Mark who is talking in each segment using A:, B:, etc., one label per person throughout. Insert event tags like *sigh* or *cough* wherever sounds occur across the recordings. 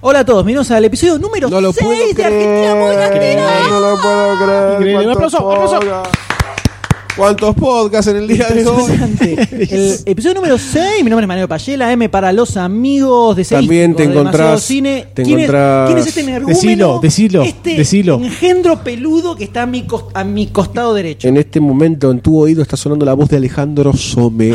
A: Hola a todos, bienvenidos al episodio número
B: No lo
A: 6
B: puedo
A: de Argentina Muy Latera.
B: No lo puedo creer.
C: Increíble. Un
B: ¿Cuántos
C: aplauso, aplauso.
B: podcasts? ¿Cuántos podcasts en el día de hoy?
A: Impresionante. El episodio número 6, mi nombre es Manuel Payela, M para los amigos de seis
B: También te
A: de Demasiado
B: encontrás-
A: cine.
B: te
A: ¿Quién, es-
B: encontrás-
A: quién es este energúmeno?
C: Decilo, decilo,
A: este
C: decilo.
A: engendro peludo que está a mi, cos- a mi costado derecho.
B: En este momento en tu oído está sonando la voz de Alejandro Some.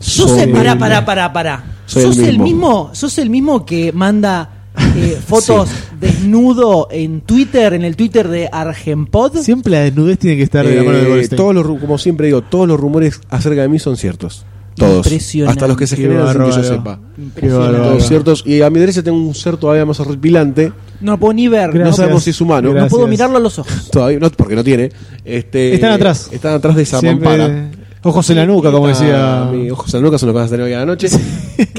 A: Sos el,
B: Some.
A: pará, pará, pará, pará.
B: Soy el
A: sos el
B: mismo.
A: mismo, sos el mismo que manda
B: *laughs*
A: eh, fotos desnudo en Twitter, en el Twitter de Argenpod.
C: Siempre la desnudez tiene que estar de la mano de este.
B: Eh,
C: Goldstein.
B: todos los, ru- como siempre digo, todos los rumores acerca de mí son ciertos. Todos.
A: Impresionante.
B: Hasta los que se
C: Qué
B: generan sin que yo
C: bárbaro.
B: sepa.
C: Qué
A: Impresionante.
C: bárbaro.
B: Todos ciertos. Y a mi derecha tengo un ser todavía más horripilante.
A: No lo puedo ni ver.
C: Gracias.
B: No sabemos si es humano.
A: No
C: Gracias.
A: puedo mirarlo a los ojos.
B: Todavía, no, porque no tiene. Este,
C: Están atrás.
B: Están atrás de esa
C: Siempre-
B: mampara.
C: Ojos en la nuca, como
B: Ah,
C: decía.
B: mi- Ojos en la nuca son lo que vas a tener hoy a la noche.
C: *laughs*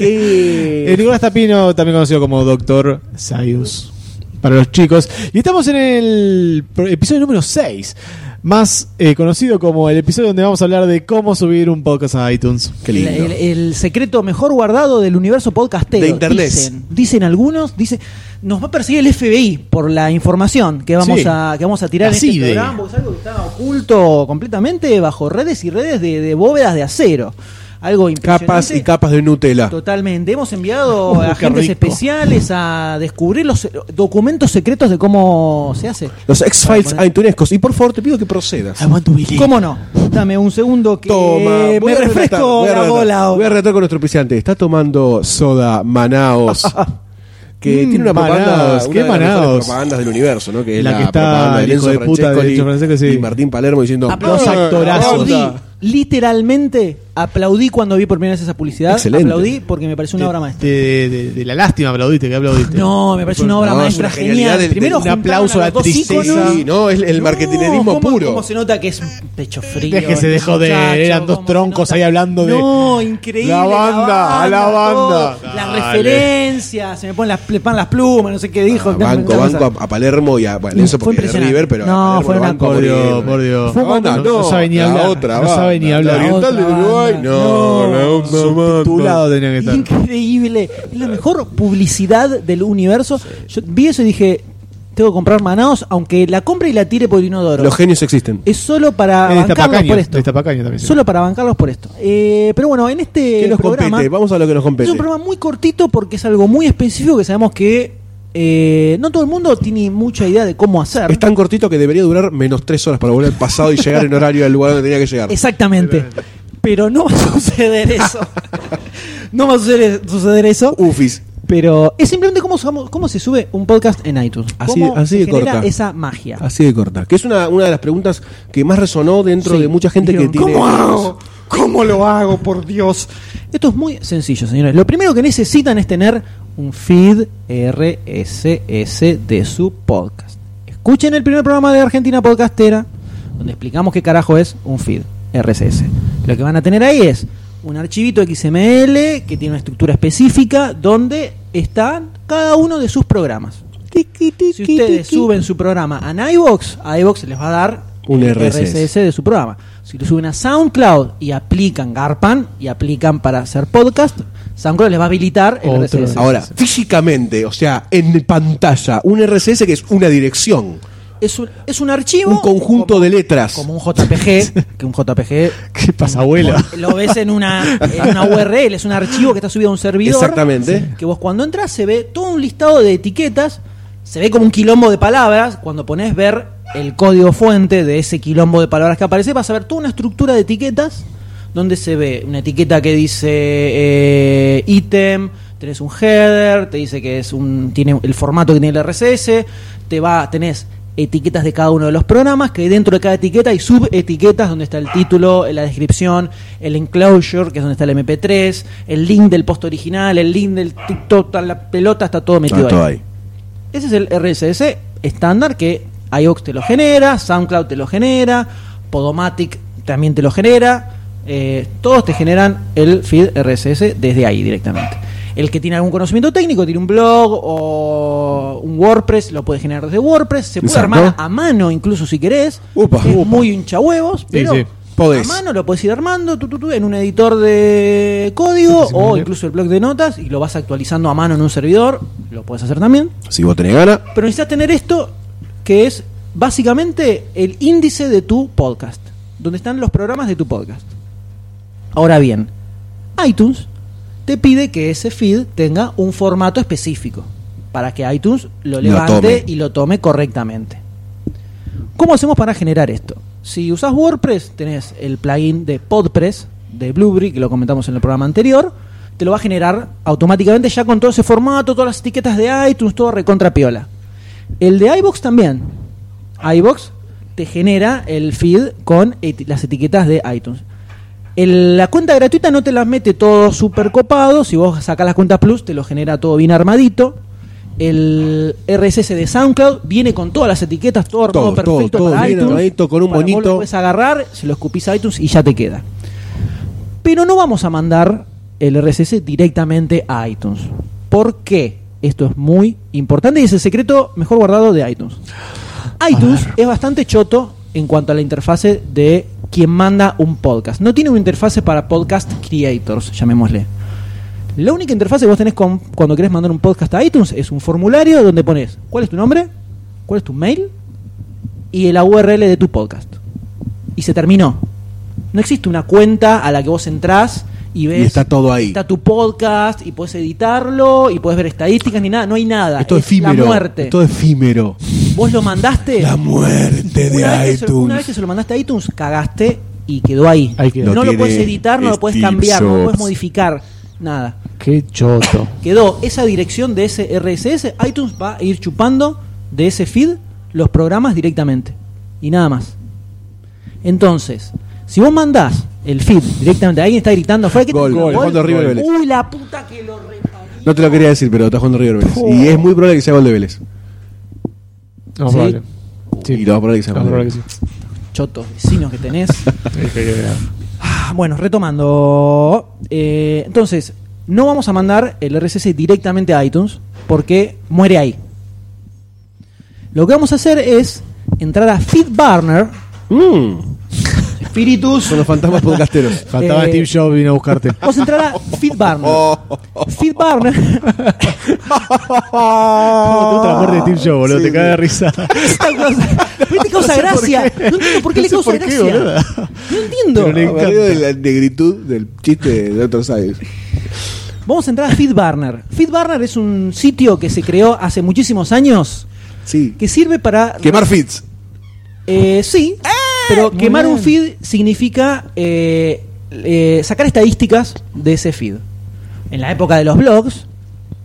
C: Eh, Nicolás Tapino, también conocido como Doctor Sayus. Para los chicos. Y estamos en el pro- episodio número 6. Más eh, conocido como el episodio donde vamos a hablar de cómo subir un podcast a iTunes.
B: Qué lindo.
A: El, el secreto mejor guardado del universo podcastero.
B: De internet.
A: Dicen, dicen algunos, dice, nos va a perseguir el FBI por la información que vamos
C: Sí.
A: a que vamos a tirar
C: Así
A: en este
C: de.
A: programa, porque es algo que está oculto completamente bajo redes y redes de, de bóvedas de acero. Algo impresionante.
B: Capas y capas de Nutella.
A: Totalmente. Hemos
B: *laughs*
A: enviado
C: Uh,
A: a
C: qué
A: agentes
C: rico.
A: especiales a descubrir los eh, documentos secretos de cómo se hace.
B: Los X-Files aitunescos. Y por favor, te pido que procedas.
C: Ah,
A: ¿Cómo no? Dame un segundo que me
B: voy a retratar,
A: refresco
B: voy a
A: la
B: retratar,
A: bola.
B: Voy a retratar con nuestro pisante. Está tomando soda
C: *laughs*
B: Manaos. Que
C: Mm,
B: tiene una propaganda.
C: Manaos,
B: una
C: qué
B: de las mejores
C: Manaos.
B: propagandas del universo, ¿no? Que es
C: La
B: la,
C: que está
B: propaganda de
C: el hijo
B: Enzo
C: de puta de
B: Francescoli
C: Enzo Francescoli, sí.
B: y Martín Palermo diciendo. "Ah,
A: Aplaudí,
C: Dos actorazos.
A: aplaudí, literalmente aplaudí cuando vi por primera vez esa publicidad.
B: Excelente.
A: Aplaudí porque me pareció una obra maestra.
C: De, de- de la lástima aplaudiste, que aplaudiste.
A: No, me pareció una obra
B: No, es
A: maestra
B: una genialidad
A: genial.
B: del- del-
A: Primero
B: un
A: juntaron
C: aplauso a
A: los
C: la
A: dos
C: tristeza.
A: íconos.
B: Sí, no, es el
A: No,
B: marketinerismo
A: ¿cómo-
B: puro.
A: ¿Cómo se nota que es un pecho frío?
C: Es que se
A: ese
C: dejó de-
A: muchacho,
C: eran dos
A: cómo se
C: troncos
A: nota.
C: ahí hablando de-
A: No, increíble.
C: La banda, a la banda.
A: todo, Las
C: Dale.
A: referencias, se me ponen las, le ponen las plumas, no sé qué dijo.
B: Ah, banco,
A: Una cosa-
B: banco a, a Palermo y a bueno, Enzo
A: Fue
B: porque es de
A: impresionante.
B: River, pero. a
A: No,
B: Palermo
A: fue
B: lo
A: una
B: banco a
C: Por Dios,
B: morir.
C: por Dios.
A: Fue cuando-
B: Ah,
C: no, no sabe ni
B: la
C: hablar,
B: otra
C: no
B: banda,
C: sabe ni
B: la
C: hablar.
B: oriental
A: Otra
B: del Uruguay,
A: banda.
B: no,
A: No.
B: la onda mata.
C: Subtitulado tenía que estar.
A: Increíble. Es la mejor publicidad del universo. Yo vi eso y dije, tengo que comprar Manaos, aunque la compre y la tire por el inodoro.
B: Los genios existen.
A: es solo para
C: En
A: bancarlos
C: Estapacaño,
A: por esto.
C: en Estapacaño también, sí.
A: Solo para bancarlos por esto. Eh, pero bueno, en este
B: ¿Qué nos
A: programa
B: compete? Vamos a lo que nos
A: es
B: compete.
A: un programa muy cortito porque es algo muy específico que sabemos que eh, no todo el mundo tiene mucha idea de cómo hacer.
B: Es tan cortito que debería durar menos tres horas para volver al pasado y llegar en horario al lugar donde tenía que llegar.
A: Exactamente. Pero no va a suceder
C: *laughs*
A: eso. no va a suceder, suceder eso.
B: Ufis.
A: Pero es simplemente cómo, somos- cómo se sube un podcast en iTunes.
B: Así-
A: Cómo
B: así
A: se
B: de
A: genera
B: corta.
A: esa magia.
B: Así de corta. Que es una, una de las preguntas que más resonó dentro
A: Sí.
B: de mucha gente
A: Dijeron,
B: que tiene.
A: ¿Cómo hago? ¿Cómo lo hago? Por Dios. Esto es muy sencillo, señores. Lo primero que necesitan es tener un feed RSS de su podcast. Escuchen el primer programa de Argentina Podcastera, donde explicamos qué carajo es un feed RSS. Lo que van a tener ahí es un archivito XML que tiene una estructura específica donde están cada uno de sus programas. Si ustedes suben su programa a iVox, a iVox les va a dar
B: Un
A: el
B: RSS.
A: de su programa. Si lo suben a SoundCloud y aplican Garpan y aplican para hacer podcast, SoundCloud les va a habilitar el
C: Otro.
A: RSS.
B: Ahora, físicamente, o sea, en pantalla, un RSS que es una dirección,
A: es un, es un archivo
B: un conjunto
A: como,
B: de letras.
A: como un JPG, que un JPG
C: ¿Qué
B: *laughs*
C: pasa, abuela?
A: lo ves en una, en una URL, es un archivo que está subido a un servidor.
B: Exactamente.
A: Que vos cuando entras se ve todo un listado de etiquetas, se ve como un quilombo de palabras. Cuando pones ver el código fuente de ese quilombo de palabras que aparece, vas a ver toda una estructura de etiquetas donde se ve una etiqueta que dice eh, ítem, tenés un header, te dice que es un tiene el formato que tiene el RSS, te va tenés etiquetas de cada uno de los programas, que dentro de cada etiqueta hay subetiquetas donde está el título, la descripción, el enclosure, que es donde está el MP3, el link del post original, el link del TikTok, tal, la pelota, está todo metido
B: Ah, todo
A: ahí.
B: ahí.
A: Ese es el RSS estándar que iOX te lo genera, SoundCloud te lo genera, Podomatic también te lo genera. eh, todos te generan el feed RSS desde ahí directamente. El que tiene algún conocimiento técnico, tiene un blog o un WordPress, lo puede generar desde WordPress. Se puede
B: Exacto.
A: armar a mano incluso si querés.
B: Upa,
A: es
B: upa.
A: muy hinchahuevos, pero
C: sí.
B: Podés.
A: a mano, lo puedes ir armando tu, tu, tu, en un editor de código
C: Sí, sí,
A: o
C: sí.
A: incluso el blog de notas y lo vas actualizando a mano en un servidor, lo puedes hacer también.
B: Si vos tenés ganas.
A: Pero necesitas tener esto que es básicamente el índice de tu podcast, donde están los programas de tu podcast. Ahora bien, iTunes te pide que ese feed tenga un formato específico para que iTunes lo
B: Lo
A: levante
B: tome.
A: y lo tome correctamente. ¿Cómo hacemos para generar esto? Si usás WordPress, tenés el plugin de PodPress de Blueberry, que lo comentamos en el programa anterior, te lo va a generar automáticamente ya con todo ese formato, todas las etiquetas de iTunes, todo recontra piola. El de iBox también. iBox te genera el feed con eti- las etiquetas de iTunes. El- la cuenta gratuita no te las mete todo super copado. Si vos sacás las cuentas plus, te lo genera todo bien armadito. El RSS de SoundCloud viene con todas las etiquetas, todo armado
B: Todo, todo,
A: perfecto
B: todo
A: para
B: bien
A: iTunes.
B: armadito, con un
A: Para vos
B: bonito.
A: Lo puedes agarrar, se lo escupís a iTunes y ya te queda. Pero no vamos a mandar el RSS directamente a iTunes. ¿Por qué? Esto es muy importante y es el secreto mejor guardado de iTunes. iTunes es bastante choto en cuanto a la interfase de quien manda un podcast. No tiene una interfase para podcast creators, llamémosle. La única interfase que vos tenés con- cuando querés mandar un podcast a iTunes es un formulario donde pones cuál es tu nombre, cuál es tu mail y la URL de tu podcast. Y se terminó. No existe una cuenta a la que vos entrás y ves.
B: Y está todo ahí.
A: Está tu podcast y puedes editarlo y puedes ver estadísticas ni nada. No hay nada.
B: Esto es efímero.
A: La muerte.
B: Esto es efímero.
A: Vos lo mandaste.
B: La muerte
A: una,
B: de
A: vez que se, una vez que
B: iTunes.
A: se lo mandaste a iTunes, cagaste y quedó ahí.
C: Ahí quedó.
A: No,
B: Lo
A: lo
B: tiene
A: puedes editar, no lo puedes
B: Steve
A: cambiar, no lo puedes
B: Jobs.
A: modificar. Nada.
C: Qué choto.
A: Quedó esa dirección de ese RSS. iTunes va a ir chupando de ese feed los programas directamente. Y nada más. Entonces, si vos mandás el feed directamente, alguien está gritando afuera que
B: Gol, gol, gol de River Vélez.
A: Uy, la puta que lo reparió.
B: No te lo quería decir, pero está jugando River Vélez. Y es muy probable que sea gol de Vélez.
C: No,
A: Sí.
C: vale. Sí.
B: Y lo más probable que sea
C: No,
B: gol de
C: probable
B: Vélez.
C: que sí. eh,
A: Chotos vecinos que tenés.
B: *laughs*
A: Ah, Bueno, retomando. eh, entonces, no vamos a mandar el RSS directamente a iTunes porque muere ahí. Lo que vamos a hacer es entrar a FeedBurner,
B: Mm,
A: Espíritus.
B: son los fantasmas
C: *laughs*
B: podcasteros.
C: Faltaba
A: Eh,
C: Steve Jobs vino a *laughs* buscarte.
A: Vamos a entrar a
C: *laughs*
A: FeedBurner.
C: Oh.
B: *laughs*
A: FeedBurner.
C: ¿Cómo te gusta la muerte de Steve Jobs, boludo?
B: Sí,
C: te
B: sí.
C: caga de *laughs* risa.
A: Esta cosa- ¿Por qué te causa gracia? No entiendo por qué le
C: No
A: causa
C: sé por qué,
A: gracia.
C: boluda.
A: no entiendo.
C: Pero le
B: Me río de la negritud del chiste de otros años.
A: Vamos a entrar a FeedBurner. FeedBurner es un sitio que se creó hace muchísimos años
B: Sí.
A: que sirve para
B: Quemar fits.
A: Eh, sí, pero
C: Muy
A: quemar un
C: bien.
A: feed significa eh, eh, sacar estadísticas de ese feed. En la época de los blogs,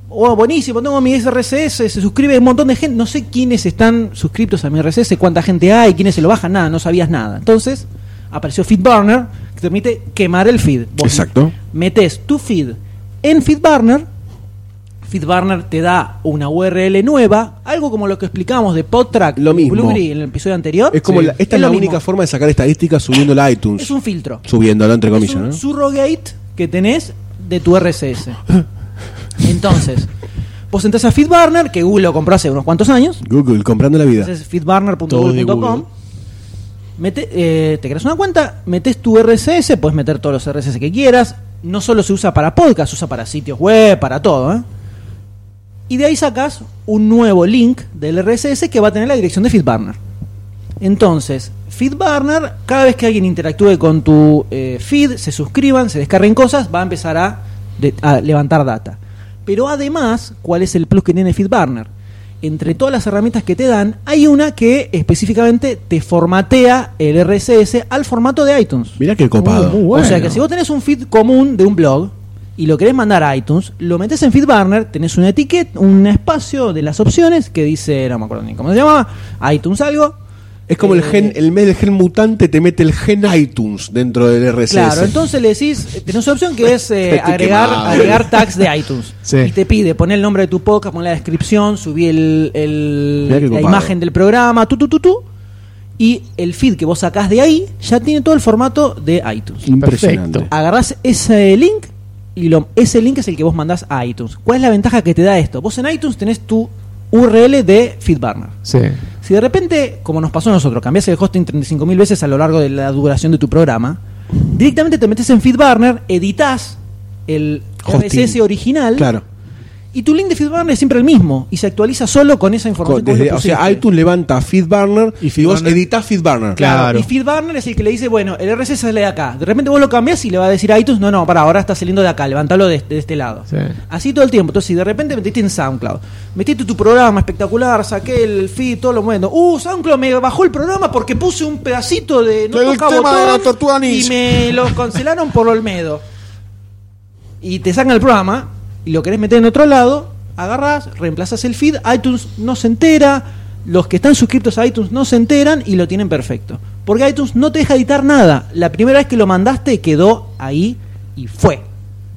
A: oh, buenísimo, tengo mi RSS, se suscribe un montón de gente, no sé quiénes están suscritos a mi RSS, cuánta gente hay, quiénes se lo bajan, nada, no sabías nada. Entonces apareció FeedBurner, que te permite quemar el feed.
B: Exacto.
A: Metes tu feed en FeedBurner FeedBurner te da una URL nueva, algo como lo que explicamos de PodTrack
B: Lo
A: y
B: mismo.
A: Blueberry en el episodio anterior.
B: Es como
A: Sí.
B: la- esta es
A: lo
B: la
A: mismo.
B: única forma de sacar estadísticas subiendo la iTunes.
A: Es un filtro.
B: Subiéndolo, entre
A: Es
B: comillas,
A: un
B: ¿no?
A: surrogate que tenés de tu RSS. Entonces, vos entras a FeedBurner, que Google lo compró hace unos cuantos años.
B: Google, comprando la vida.
A: Entonces,
C: Todo de
A: feedburner.google.com.
C: Google.
A: Mete- eh, te creas una cuenta, metes tu RSS, puedes meter todos los RSS que quieras. No solo se usa para podcast, se usa para sitios web, para todo. ¿eh? Y de ahí sacas un nuevo link del RSS que va a tener la dirección de FeedBurner. Entonces, FeedBurner, cada vez que alguien interactúe con tu eh, feed, se suscriban, se descarguen cosas, va a empezar a, de- a levantar data. Pero además, ¿cuál es el plus que tiene FeedBurner? Entre todas las herramientas que te dan, hay una que específicamente te formatea el RSS al formato de iTunes.
B: Mirá qué copado.
C: Uh, uh. Bueno.
A: O sea que si vos tenés un feed común de un blog y lo querés mandar a iTunes, lo metés en FeedBurner, tenés una etiqueta, un espacio de las opciones que dice, no me acuerdo ni cómo se llamaba, iTunes algo.
B: Es como el
A: Eh,
B: gen, el mes del gen mutante te mete el gen iTunes dentro del RSS.
A: Claro, entonces le decís, eh, tenés una opción que es
B: *laughs*
A: eh,
B: Estoy
A: agregar,
B: quemado.
A: agregar tags de
B: *laughs*
A: iTunes.
C: Sí.
A: Y te pide, poner el nombre de tu podcast, poner la descripción, subí el, el-
B: Mirá qué
A: la
B: copado.
A: imagen del programa, tú, tú, tú, tú. Y el feed que vos sacás de ahí ya tiene todo el formato de iTunes.
B: Impresionante.
C: Perfecto.
A: agarrás ese link y lo- ese link es el que vos mandás a iTunes. ¿Cuál es la ventaja que te da esto? Vos en iTunes tenés tu URL de FeedBurner.
C: Sí.
A: Si de repente, como nos pasó a nosotros, cambias el hosting 35.000 veces a lo largo de la duración de tu programa, directamente te metes en FeedBurner, editas el
B: Hosting.
A: RSS original
B: Claro.
A: y tu link de FeedBurner es siempre el mismo y se actualiza solo con esa información.
B: Con-
A: que vos le
B: desde- o sea,
A: pusiste.
B: iTunes levanta FeedBurner
C: Y
B: y,
C: Feedburner-
B: vos editas FeedBurner.
C: Claro.
A: Y FeedBurner es el que le dice, bueno, el RSS es el de acá. De repente vos lo cambias y le va a decir a iTunes, no, no, para, ahora está saliendo de acá, levantalo de, de este lado.
C: Sí.
A: Así todo el tiempo. Entonces, si de repente metiste en SoundCloud, metiste tu programa espectacular, saqué el feed, todo lo bueno. Uh, SoundCloud me bajó el programa porque puse un pedacito de
B: Del
A: toca
B: tema
A: botón
B: de la tortuga
A: y
B: ninja.
A: me lo cancelaron por Olmedo. Y te sacan el programa y lo querés meter en otro lado, agarras, reemplazas el feed, iTunes no se entera, los que están suscritos a iTunes no se enteran y lo tienen perfecto. Porque iTunes no te deja editar nada. La primera vez que lo mandaste quedó ahí y fue.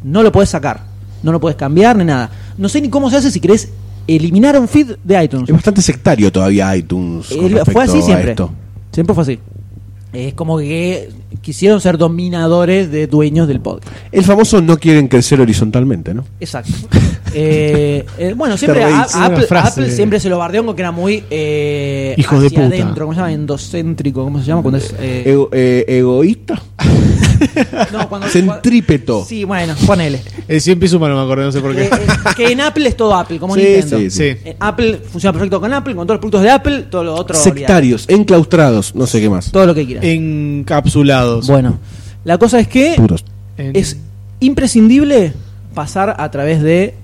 A: No lo puedes sacar, no lo puedes cambiar ni nada. No sé ni cómo se hace si querés eliminar un feed de iTunes.
B: Es bastante sectario todavía iTunes. con
A: Él- Eh, fue
B: respecto
A: así
B: a
A: siempre.
B: esto.
A: Siempre fue así. Es como que quisieron ser dominadores de dueños del podcast.
B: El famoso no quieren crecer horizontalmente, ¿no?
A: Exacto. *laughs* Eh, eh, bueno, siempre
B: reís.
A: a-
C: Es una
A: Apple,
C: frase.
A: Apple siempre se lo bardeó con que era muy eh,
C: Hijos de
A: hacia
C: puta.
A: adentro, ¿cómo se llama? Endocéntrico, ¿cómo se llama? Cuando es, eh,
B: Ego- eh, egoísta.
A: no, cuando-
B: centrípeto.
A: Sí, bueno, ponele.
C: El 100 pies humano, me acordé, no sé por
A: Que,
C: qué.
A: eh, que en Apple es todo Apple, como
B: Sí,
A: Nintendo.
B: sí,
C: sí.
A: Eh, Apple funciona perfecto con Apple, con todos los productos de Apple, todo lo otro. olvidate.
B: Sectarios, enclaustrados, no sé qué más.
A: Todo lo que
B: Eh,
C: eh,
A: quieras.
C: Encapsulados.
A: Bueno, la cosa es que
B: Puros.
C: En-
A: es imprescindible pasar a través de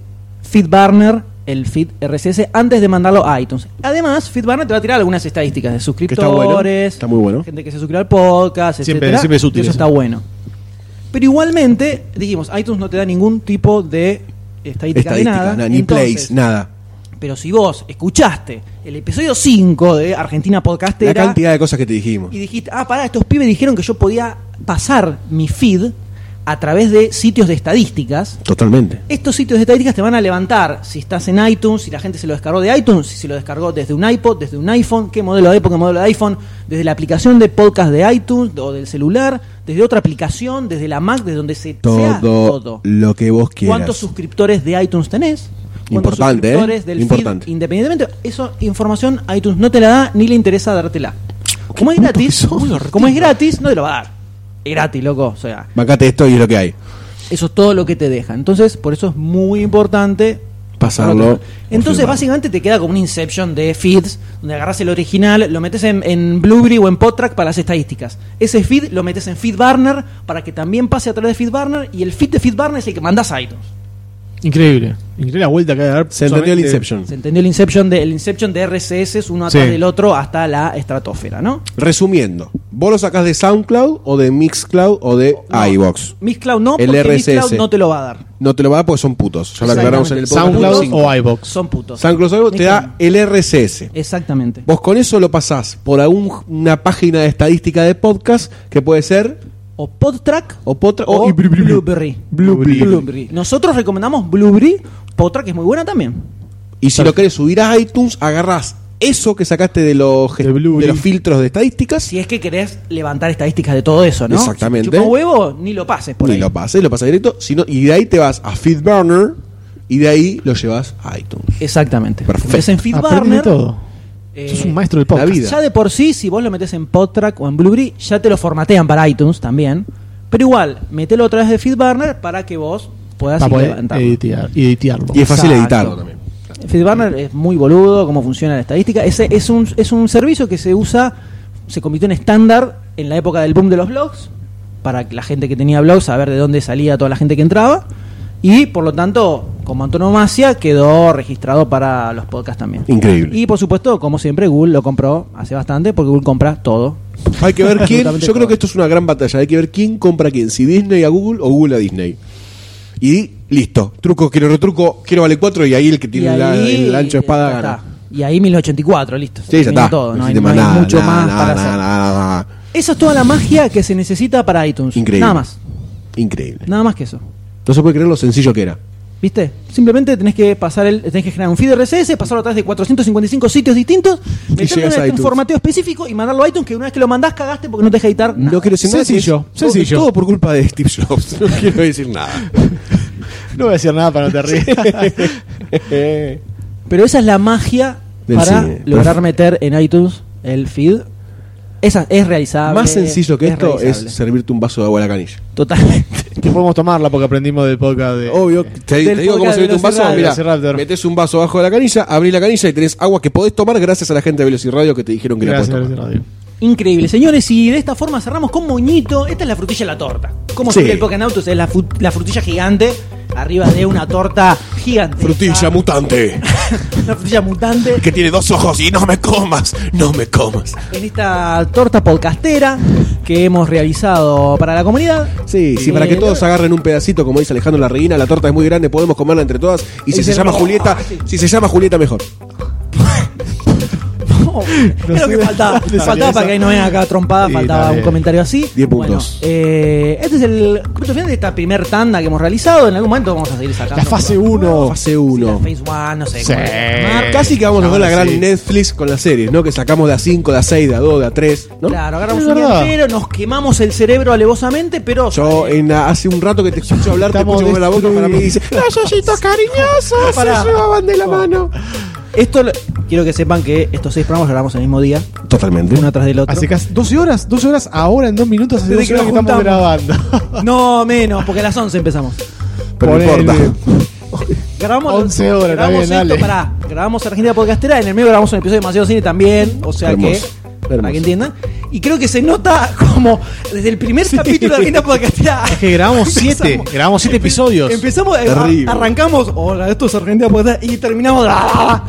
A: FeedBurner el feed RSS antes de mandarlo a iTunes. Además, FeedBurner te va a tirar algunas estadísticas de
B: está bueno,
A: suscriptores,
B: está muy bueno.
A: gente que se suscribe al podcast,
C: Siempre-
A: etcétera.
C: siempre es útil
A: Eso
C: eso.
A: está bueno. Pero igualmente, dijimos, iTunes no te da ningún tipo de estadística, de
B: Estadística,
A: nada.
B: na- ni
A: Entonces,
B: plays, nada.
A: Pero si vos escuchaste el episodio 5 de Argentina Podcastera
B: La cantidad de cosas que te dijimos.
A: y dijiste, ah, pará, estos pibes dijeron que yo podía pasar mi feed a través de sitios de estadísticas.
B: Totalmente.
A: Estos sitios de estadísticas te van a levantar si estás en iTunes, si la gente se lo descargó de iTunes, si se lo descargó desde un iPod, desde un iPhone, qué modelo de iPod, qué modelo de iPhone, desde la aplicación de podcast de iTunes o del celular, desde otra aplicación, desde la Mac, desde donde se sea
B: Todo, lo que vos quieras.
A: ¿Cuántos suscriptores de iTunes tenés? ¿Cuántos
B: Importante, ¿eh?
A: suscriptores del feed
B: Importante.
A: independientemente? Eso, información iTunes no te la da ni le interesa dártela. Como es
B: tonto
A: gratis,
B: que sos, Martín.
A: como es gratis, no te lo va a dar. Es gratis, loco. O sea,
B: Bancate esto y es lo que hay.
A: eso es todo lo que te deja. Entonces, por eso es muy importante
B: Pasarlo.
A: Entonces,
B: Confirmado.
A: básicamente te queda como un inception de feeds, donde agarras el original, lo metes en, en Blueberry o en Podtrack para las estadísticas. Ese feed lo metes en FeedBurner para que también pase a través de FeedBurner y el feed de FeedBurner es el que mandas a iTunes.
C: Increíble. Increíble la vuelta que hay de dar.
B: Se entendió el
C: solamente-
B: Inception.
A: Se entendió el Inception de, el Inception de RCS, uno
C: Sí.
A: atrás del otro hasta la estratosfera, ¿no?
B: Resumiendo, vos lo sacás de SoundCloud o de Mixcloud o de
A: No,
B: Ah, iVox.
A: Mixcloud no,
B: El
A: porque
B: RSS.
A: Mixcloud no te lo va a dar.
B: No te lo va a dar porque son putos. Ya lo aclaramos en el podcast.
C: SoundCloud
B: cinco.
C: o iBox.
A: Son putos.
B: SoundCloud o iVox te da
A: Mixcloud.
B: el RSS.
A: Exactamente.
B: Vos con eso lo pasás por algún- una página de estadística de podcast que puede ser
A: O Podtrack
B: o potra
A: o
B: o y blu- blu- blu-
A: Blueberry.
C: Blueberry.
A: Blueberry. Nosotros recomendamos Blueberry, Podtrack es muy buena también.
B: y si lo querés subir a iTunes, agarrás eso que sacaste de los,
C: De Blu-
B: de los filtros de estadísticas
A: Si es que querés levantar estadísticas de todo eso, ¿no?
B: Exactamente.
A: Si te chupa un huevo, ni lo pases por
B: y
A: ahí.
B: lo pasas, lo pasas directo, sino, y de ahí te vas a FeedBurner y de ahí lo llevas a iTunes.
A: Exactamente.
B: Perfecto.
A: Metés en
C: Aprende
A: FeedBurner.
C: todo.
A: eh,
C: Sos un maestro del podcast.
B: la vida.
A: Ya de por sí, si vos lo metés en Podtrack o en Blueberry, ya te lo formatean para iTunes también. Pero igual, metelo a través de FeedBurner para que vos puedas
C: Para
A: ir
C: poder
A: levantarlo.
B: eh,
C: editar, editarlo.
B: Y es fácil
A: Exacto.
B: editarlo también.
A: FeedBurner es muy boludo, cómo funciona la estadística. Ese es un, es un servicio que se usa, se convirtió en estándar en la época del boom de los blogs, para que la gente que tenía blogs saber de dónde salía toda la gente que entraba. Y por lo tanto, como antonomasia, quedó registrado para los podcasts también.
B: Increíble.
A: Y por supuesto, como siempre, Google lo compró hace bastante, porque Google compra todo.
B: Hay
A: *laughs*
B: que ver quién.
A: Absolutamente
B: Yo creo
A: todo.
B: que esto es una gran batalla. Hay que ver quién compra a quién. Si Disney a Google o Google a Disney. Y listo. Truco, quiero retruco, quiero vale 4 y ahí el que tiene
A: Y
B: la-
A: ahí-
B: el ancho de espada
A: ya
B: gana.
A: está. Y ahí 1084, listo. se
B: Sí, ya
A: terminó
B: está.
A: todo, no hay,
B: existe
A: no hay
B: nada,
A: mucho
B: nada,
A: más
B: nada,
A: para
B: nada,
A: hacer.
B: nada, nada.
A: Esa es toda la magia que se necesita para iTunes.
B: Increíble.
A: Nada más.
B: Increíble.
A: Nada más que eso.
B: No se puede creer lo sencillo que era.
A: ¿Viste? Simplemente tenés que pasar el, tenés que generar un feed RSS, pasarlo a través de 455 sitios distintos, meterlo
B: llegas
A: en
B: a
A: un
B: iTunes.
A: formateo específico y mandarlo a iTunes que una vez que lo mandás cagaste porque no te deja editar.
B: No
A: nada.
B: quiero decir nada.
C: Sencillo,
B: es todo- es
C: sencillo.
B: todo por culpa de Steve Jobs. *laughs* No quiero decir nada.
C: *laughs* No voy a decir nada para no te rías.
A: Pero esa es la magia
B: Del
A: para
B: cine.
A: lograr
B: Perf-
A: meter en iTunes el feed. Esa es realizable.
B: Más sencillo que
A: es
B: esto
A: realizable.
B: es servirte un vaso de agua a la canilla.
A: Totalmente.
C: Que podemos tomarla porque aprendimos del podcast de. Eh,
B: Obvio, te, te
A: Del
B: digo cómo
A: podcast
B: se mete
A: de
B: un vaso.
A: Velociraptor.
B: Mira,
C: Velociraptor.
B: metes un vaso abajo de la canilla, abrís la canilla y tenés agua que podés tomar gracias a la gente de Velocirradio que te dijeron que
C: Gracias,
B: la podés
C: gracias,
B: tomar.
C: radio.
A: Increíble, señores, y de esta forma cerramos con moñito. Esta es la frutilla de la torta. Como
B: Sí.
A: se ve el Pokémon Autos, es la, fu- la frutilla gigante arriba de una torta gigante.
B: Frutilla mutante,
A: *laughs* Una frutilla mutante.
B: que tiene dos ojos y no me comas, no me comas.
A: En esta torta podcastera que hemos realizado para la comunidad.
B: Sí, sí,
A: Eh,
B: para que todos agarren un pedacito, como dice Alejandro Larreguina, la torta es muy grande, podemos comerla entre todas. Y si
A: Es
B: se
A: el Ah,
B: llama
A: rojo.
B: Julieta, si se llama Julieta, mejor. *laughs*
A: Oh, es lo que faltaba.
C: No sé.
A: faltaba para que ahí no venga acá trompada,
C: Sí,
A: faltaba
C: está
A: un
C: bien.
A: comentario así.
B: 10 puntos.
A: Bueno, eh, este es el punto final de esta primer tanda que hemos realizado. En algún momento vamos a seguir sacando.
C: La fase
A: cosas
C: 1.
B: Fase
A: nuevas.
B: 1.
A: La Phase 1, no sé.
C: Sí.
A: cómo se va a llamar.
B: Casi que vamos a ver la
C: Ahora
B: gran
C: sí.
B: Netflix con las series, ¿no? Que sacamos de a 5, de a 6, de a 2, de a 3, ¿no?
A: Claro, agarramos
C: Es
A: un día
C: verdad. eh,
A: entero, nos quemamos el cerebro alevosamente, pero.
B: Yo en, hace un rato que te escucho hablar, te
C: Estamos
B: escucho mover la boca para mí y dice,
C: destruidos.
B: ¡Los ositos
C: *laughs*
B: cariñosos
A: Pará.
B: se llevaban de la mano!
A: Esto lo- quiero que sepan que estos seis programas lo grabamos el mismo día,
B: "Ah, Totalmente.
A: uno tras del otro.
C: Hace casi 12 horas, 12 horas ahora en 2 minutos hace
A: Desde
C: 12 horas que
A: que nos
C: estamos grabando.
A: No, menos, porque a las 11 empezamos.
B: Pero no
C: Ponele.
B: importa.
A: Grabamos,
C: 11 horas, está
A: grabamos
C: bien,
A: esto,
C: dale.
A: pará, grabamos Argentina Podcastera, en el medio grabamos un episodio de Demasiado Cine también, o sea
B: Hermoso,
A: que,
B: hermoso.
A: para que entiendan. Y creo que se nota como desde el primer capítulo de Argentina Podcastera.
C: Es que grabamos 7,
A: *laughs* empezamos-
C: grabamos 7 episodios.
A: Empezamos, eh,
B: Terrible.
A: a- arrancamos, hola, esto es Argentina Podcastera, y terminamos. ah,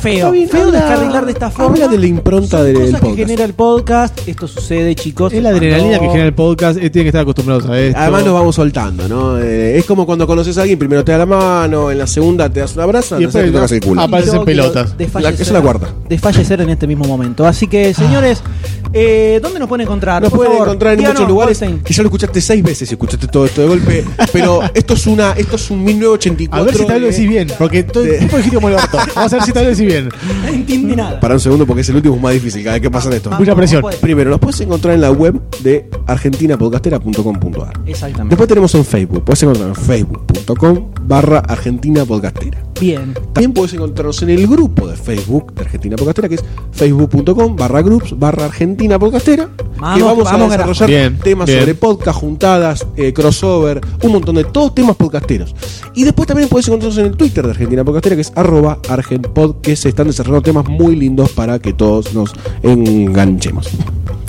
A: feo,
B: Está bien,
A: feo
B: habla-
A: descarrilar de esta forma.
B: habla de la impronta
A: Son
B: del
A: cosas que
B: podcast.
A: genera el podcast, esto sucede, chicos.
C: Es la adrenalina que
A: Cuando-
C: genera el podcast, eh, tienen que estar acostumbrados a esto.
B: Además nos vamos soltando, ¿no? Eh, es como cuando conoces a alguien, primero te da la mano, en la segunda te das un abrazo, en
C: Y
B: la tercera
C: después
B: te tocas el culo.
C: Ah, Aparecen
A: Y yo quiero
C: pelotas.
A: desfallecer-
B: La- es la cuarta. Ah.
A: Desfallecer en este mismo momento. Así que, señores, eh, ¿dónde nos pueden encontrar?
B: Nos
A: Por
B: pueden
A: favor,
B: encontrar en
A: díganos,
B: muchos lugares
A: *laughs* Goldstein.
B: que ya lo escuchaste seis veces y escuchaste todo esto de golpe. pero esto es una, esto es un 1984.
C: a ver si tal vez lo
B: de-
C: decís bien, porque todo el tiempo dijiste como el orto. Vamos a ver si tal vez lo decís bien.
A: No entiende nada.
B: Para un segundo, porque es el último es más difícil cada vez que pasan esto.
A: Vamos,
C: mucha presión.
A: vamos, puede.
B: Primero, nos puedes encontrar en la web de argentinapodcastera.com.ar.
A: Exactamente.
B: Después tenemos en Facebook. Puedes encontrar en facebook.com barra Argentina Podcastera.
A: Bien.
B: También puedes encontrarnos en el grupo de Facebook de Argentina Podcastera, que es facebook.com barra groups barra Argentina Podcastera.
A: Vamos,
B: que vamos,
A: vamos,
B: a desarrollar
C: carajo. Bien,
B: temas
C: bien.
B: sobre podcast, juntadas, eh, crossover, un montón de todos temas podcasteros. Y después también puedes encontrarnos en el Twitter de Argentina Podcastera, que es arroba argenpod, que se están desarrollando temas muy lindos para que todos nos enganchemos.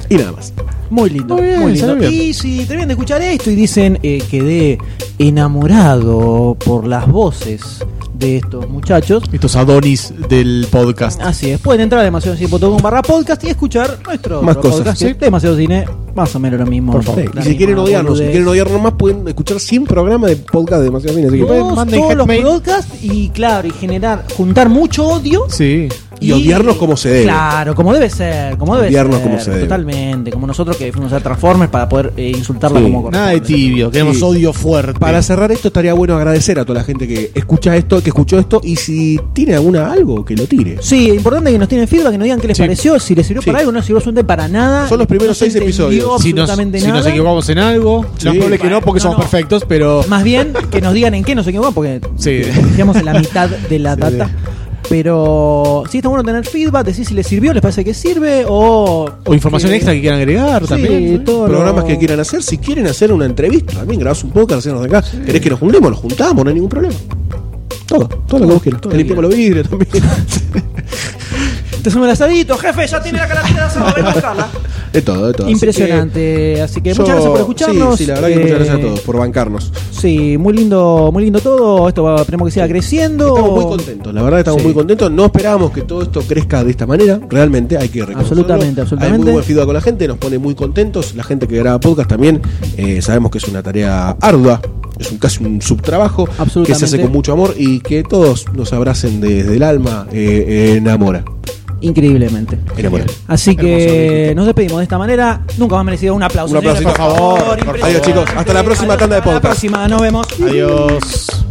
B: Y nada más.
A: Muy lindo.
C: Muy bien,
A: lindo.
C: salió bien.
A: Y si terminan de escuchar esto y dicen eh, quedé enamorado por las voces de estos muchachos.
C: Estos Adonis del podcast.
A: Así es, pueden entrar a demasiadocine.com barra podcast y escuchar nuestro
B: Más
A: otro
B: cosas,
A: podcast que
B: ¿sí?
A: es demasiado cine, más o menos lo mismo.
C: Por favor.
A: La
B: Y si
A: misma
B: quieren odiarnos, si
A: boludez.
B: quieren odiarnos más, pueden escuchar 100 programas de podcast de demasiado cine. Así que
A: todos,
C: manden
A: todos los
C: hate mail.
A: podcasts y claro, y generar, juntar mucho odio
C: Sí.
B: Y odiarnos como se debe.
A: Claro, como debe ser, como debe
B: Odiarnos
A: ser.
B: como se debe.
A: Totalmente, como nosotros que fuimos a hacer Transformers para poder eh, insultarla
B: Sí.
A: como corresponde.
C: Nada de tibio, queremos
B: Sí.
C: odio fuerte.
B: Para cerrar esto estaría bueno agradecer a toda la gente que escucha esto, que escuchó esto y si tiene alguna algo que lo tire.
A: Sí, importante que nos tienen feedback, que nos digan qué les
C: Sí.
A: pareció, si les sirvió
B: Sí.
A: para algo, no sirvió absolutamente para nada.
B: Son los primeros
A: No se
B: seis
A: entendió
B: episodios.
C: si nos,
A: absolutamente
C: si
A: nada.
C: nos equivocamos en algo, lo
B: Sí.
C: más probable es que no, porque
A: No,
C: somos
A: no.
C: perfectos, pero
A: Más bien que nos digan en qué nos equivocamos, porque
C: Sí.
A: confiamos en la mitad de
B: *laughs*
A: la
C: Sí.
A: data. Pero sí está bueno tener feedback, decir si les sirvió, les parece que sirve o.
C: *laughs* o información
A: que-
C: extra que quieran agregar
A: Sí,
C: también. ¿no?
A: todo
B: Programas
A: lo-
B: que quieran hacer, si quieren hacer una entrevista, también grabás un podcast, hacernos acá. ¿Querés que nos juntemos? Nos juntamos, no hay ningún problema. Todo, todo lo que vos quieras. Te limpiamos los vidrios también.
A: *laughs* Te sumo el asadito, jefe, ya tiene la carátula de asado,
B: *laughs*
A: ven a buscarla.
B: De todo, de todo. Así
A: Impresionante. Así que,
B: que yo-
A: muchas gracias por escucharnos.
B: Sí, sí, la verdad que muchas gracias a
A: Eh,
B: todos por bancarnos.
A: Sí, muy lindo, muy lindo todo. Esto va, esperemos que siga creciendo.
B: Estamos muy contentos, la verdad estamos
A: Oh. Sí.
B: muy contentos. No esperábamos que todo esto crezca de esta manera, realmente hay que reconocerlo.
A: Absolutamente,
B: Hay
A: absolutamente.
B: muy buen feedback con la gente, nos pone muy contentos. La gente que graba podcast también, eh, sabemos que es una tarea ardua, es un, casi un subtrabajo que se
A: Absolutamente.
B: hace con mucho amor y que todos nos abracen desde el alma. eh, eh, enamora,
A: Increíblemente.
B: enamora.
A: Así
C: Hermoso,
A: que
C: Nico.
A: nos despedimos de esta manera. Nunca más merecido un aplauso.
B: Un aplauso,
A: señores,
B: por favor. Adiós,
A: Impresionante.
B: chicos. Hasta la próxima tanda de
A: Hasta la
B: podcast.
A: próxima, nos vemos.
C: Adiós.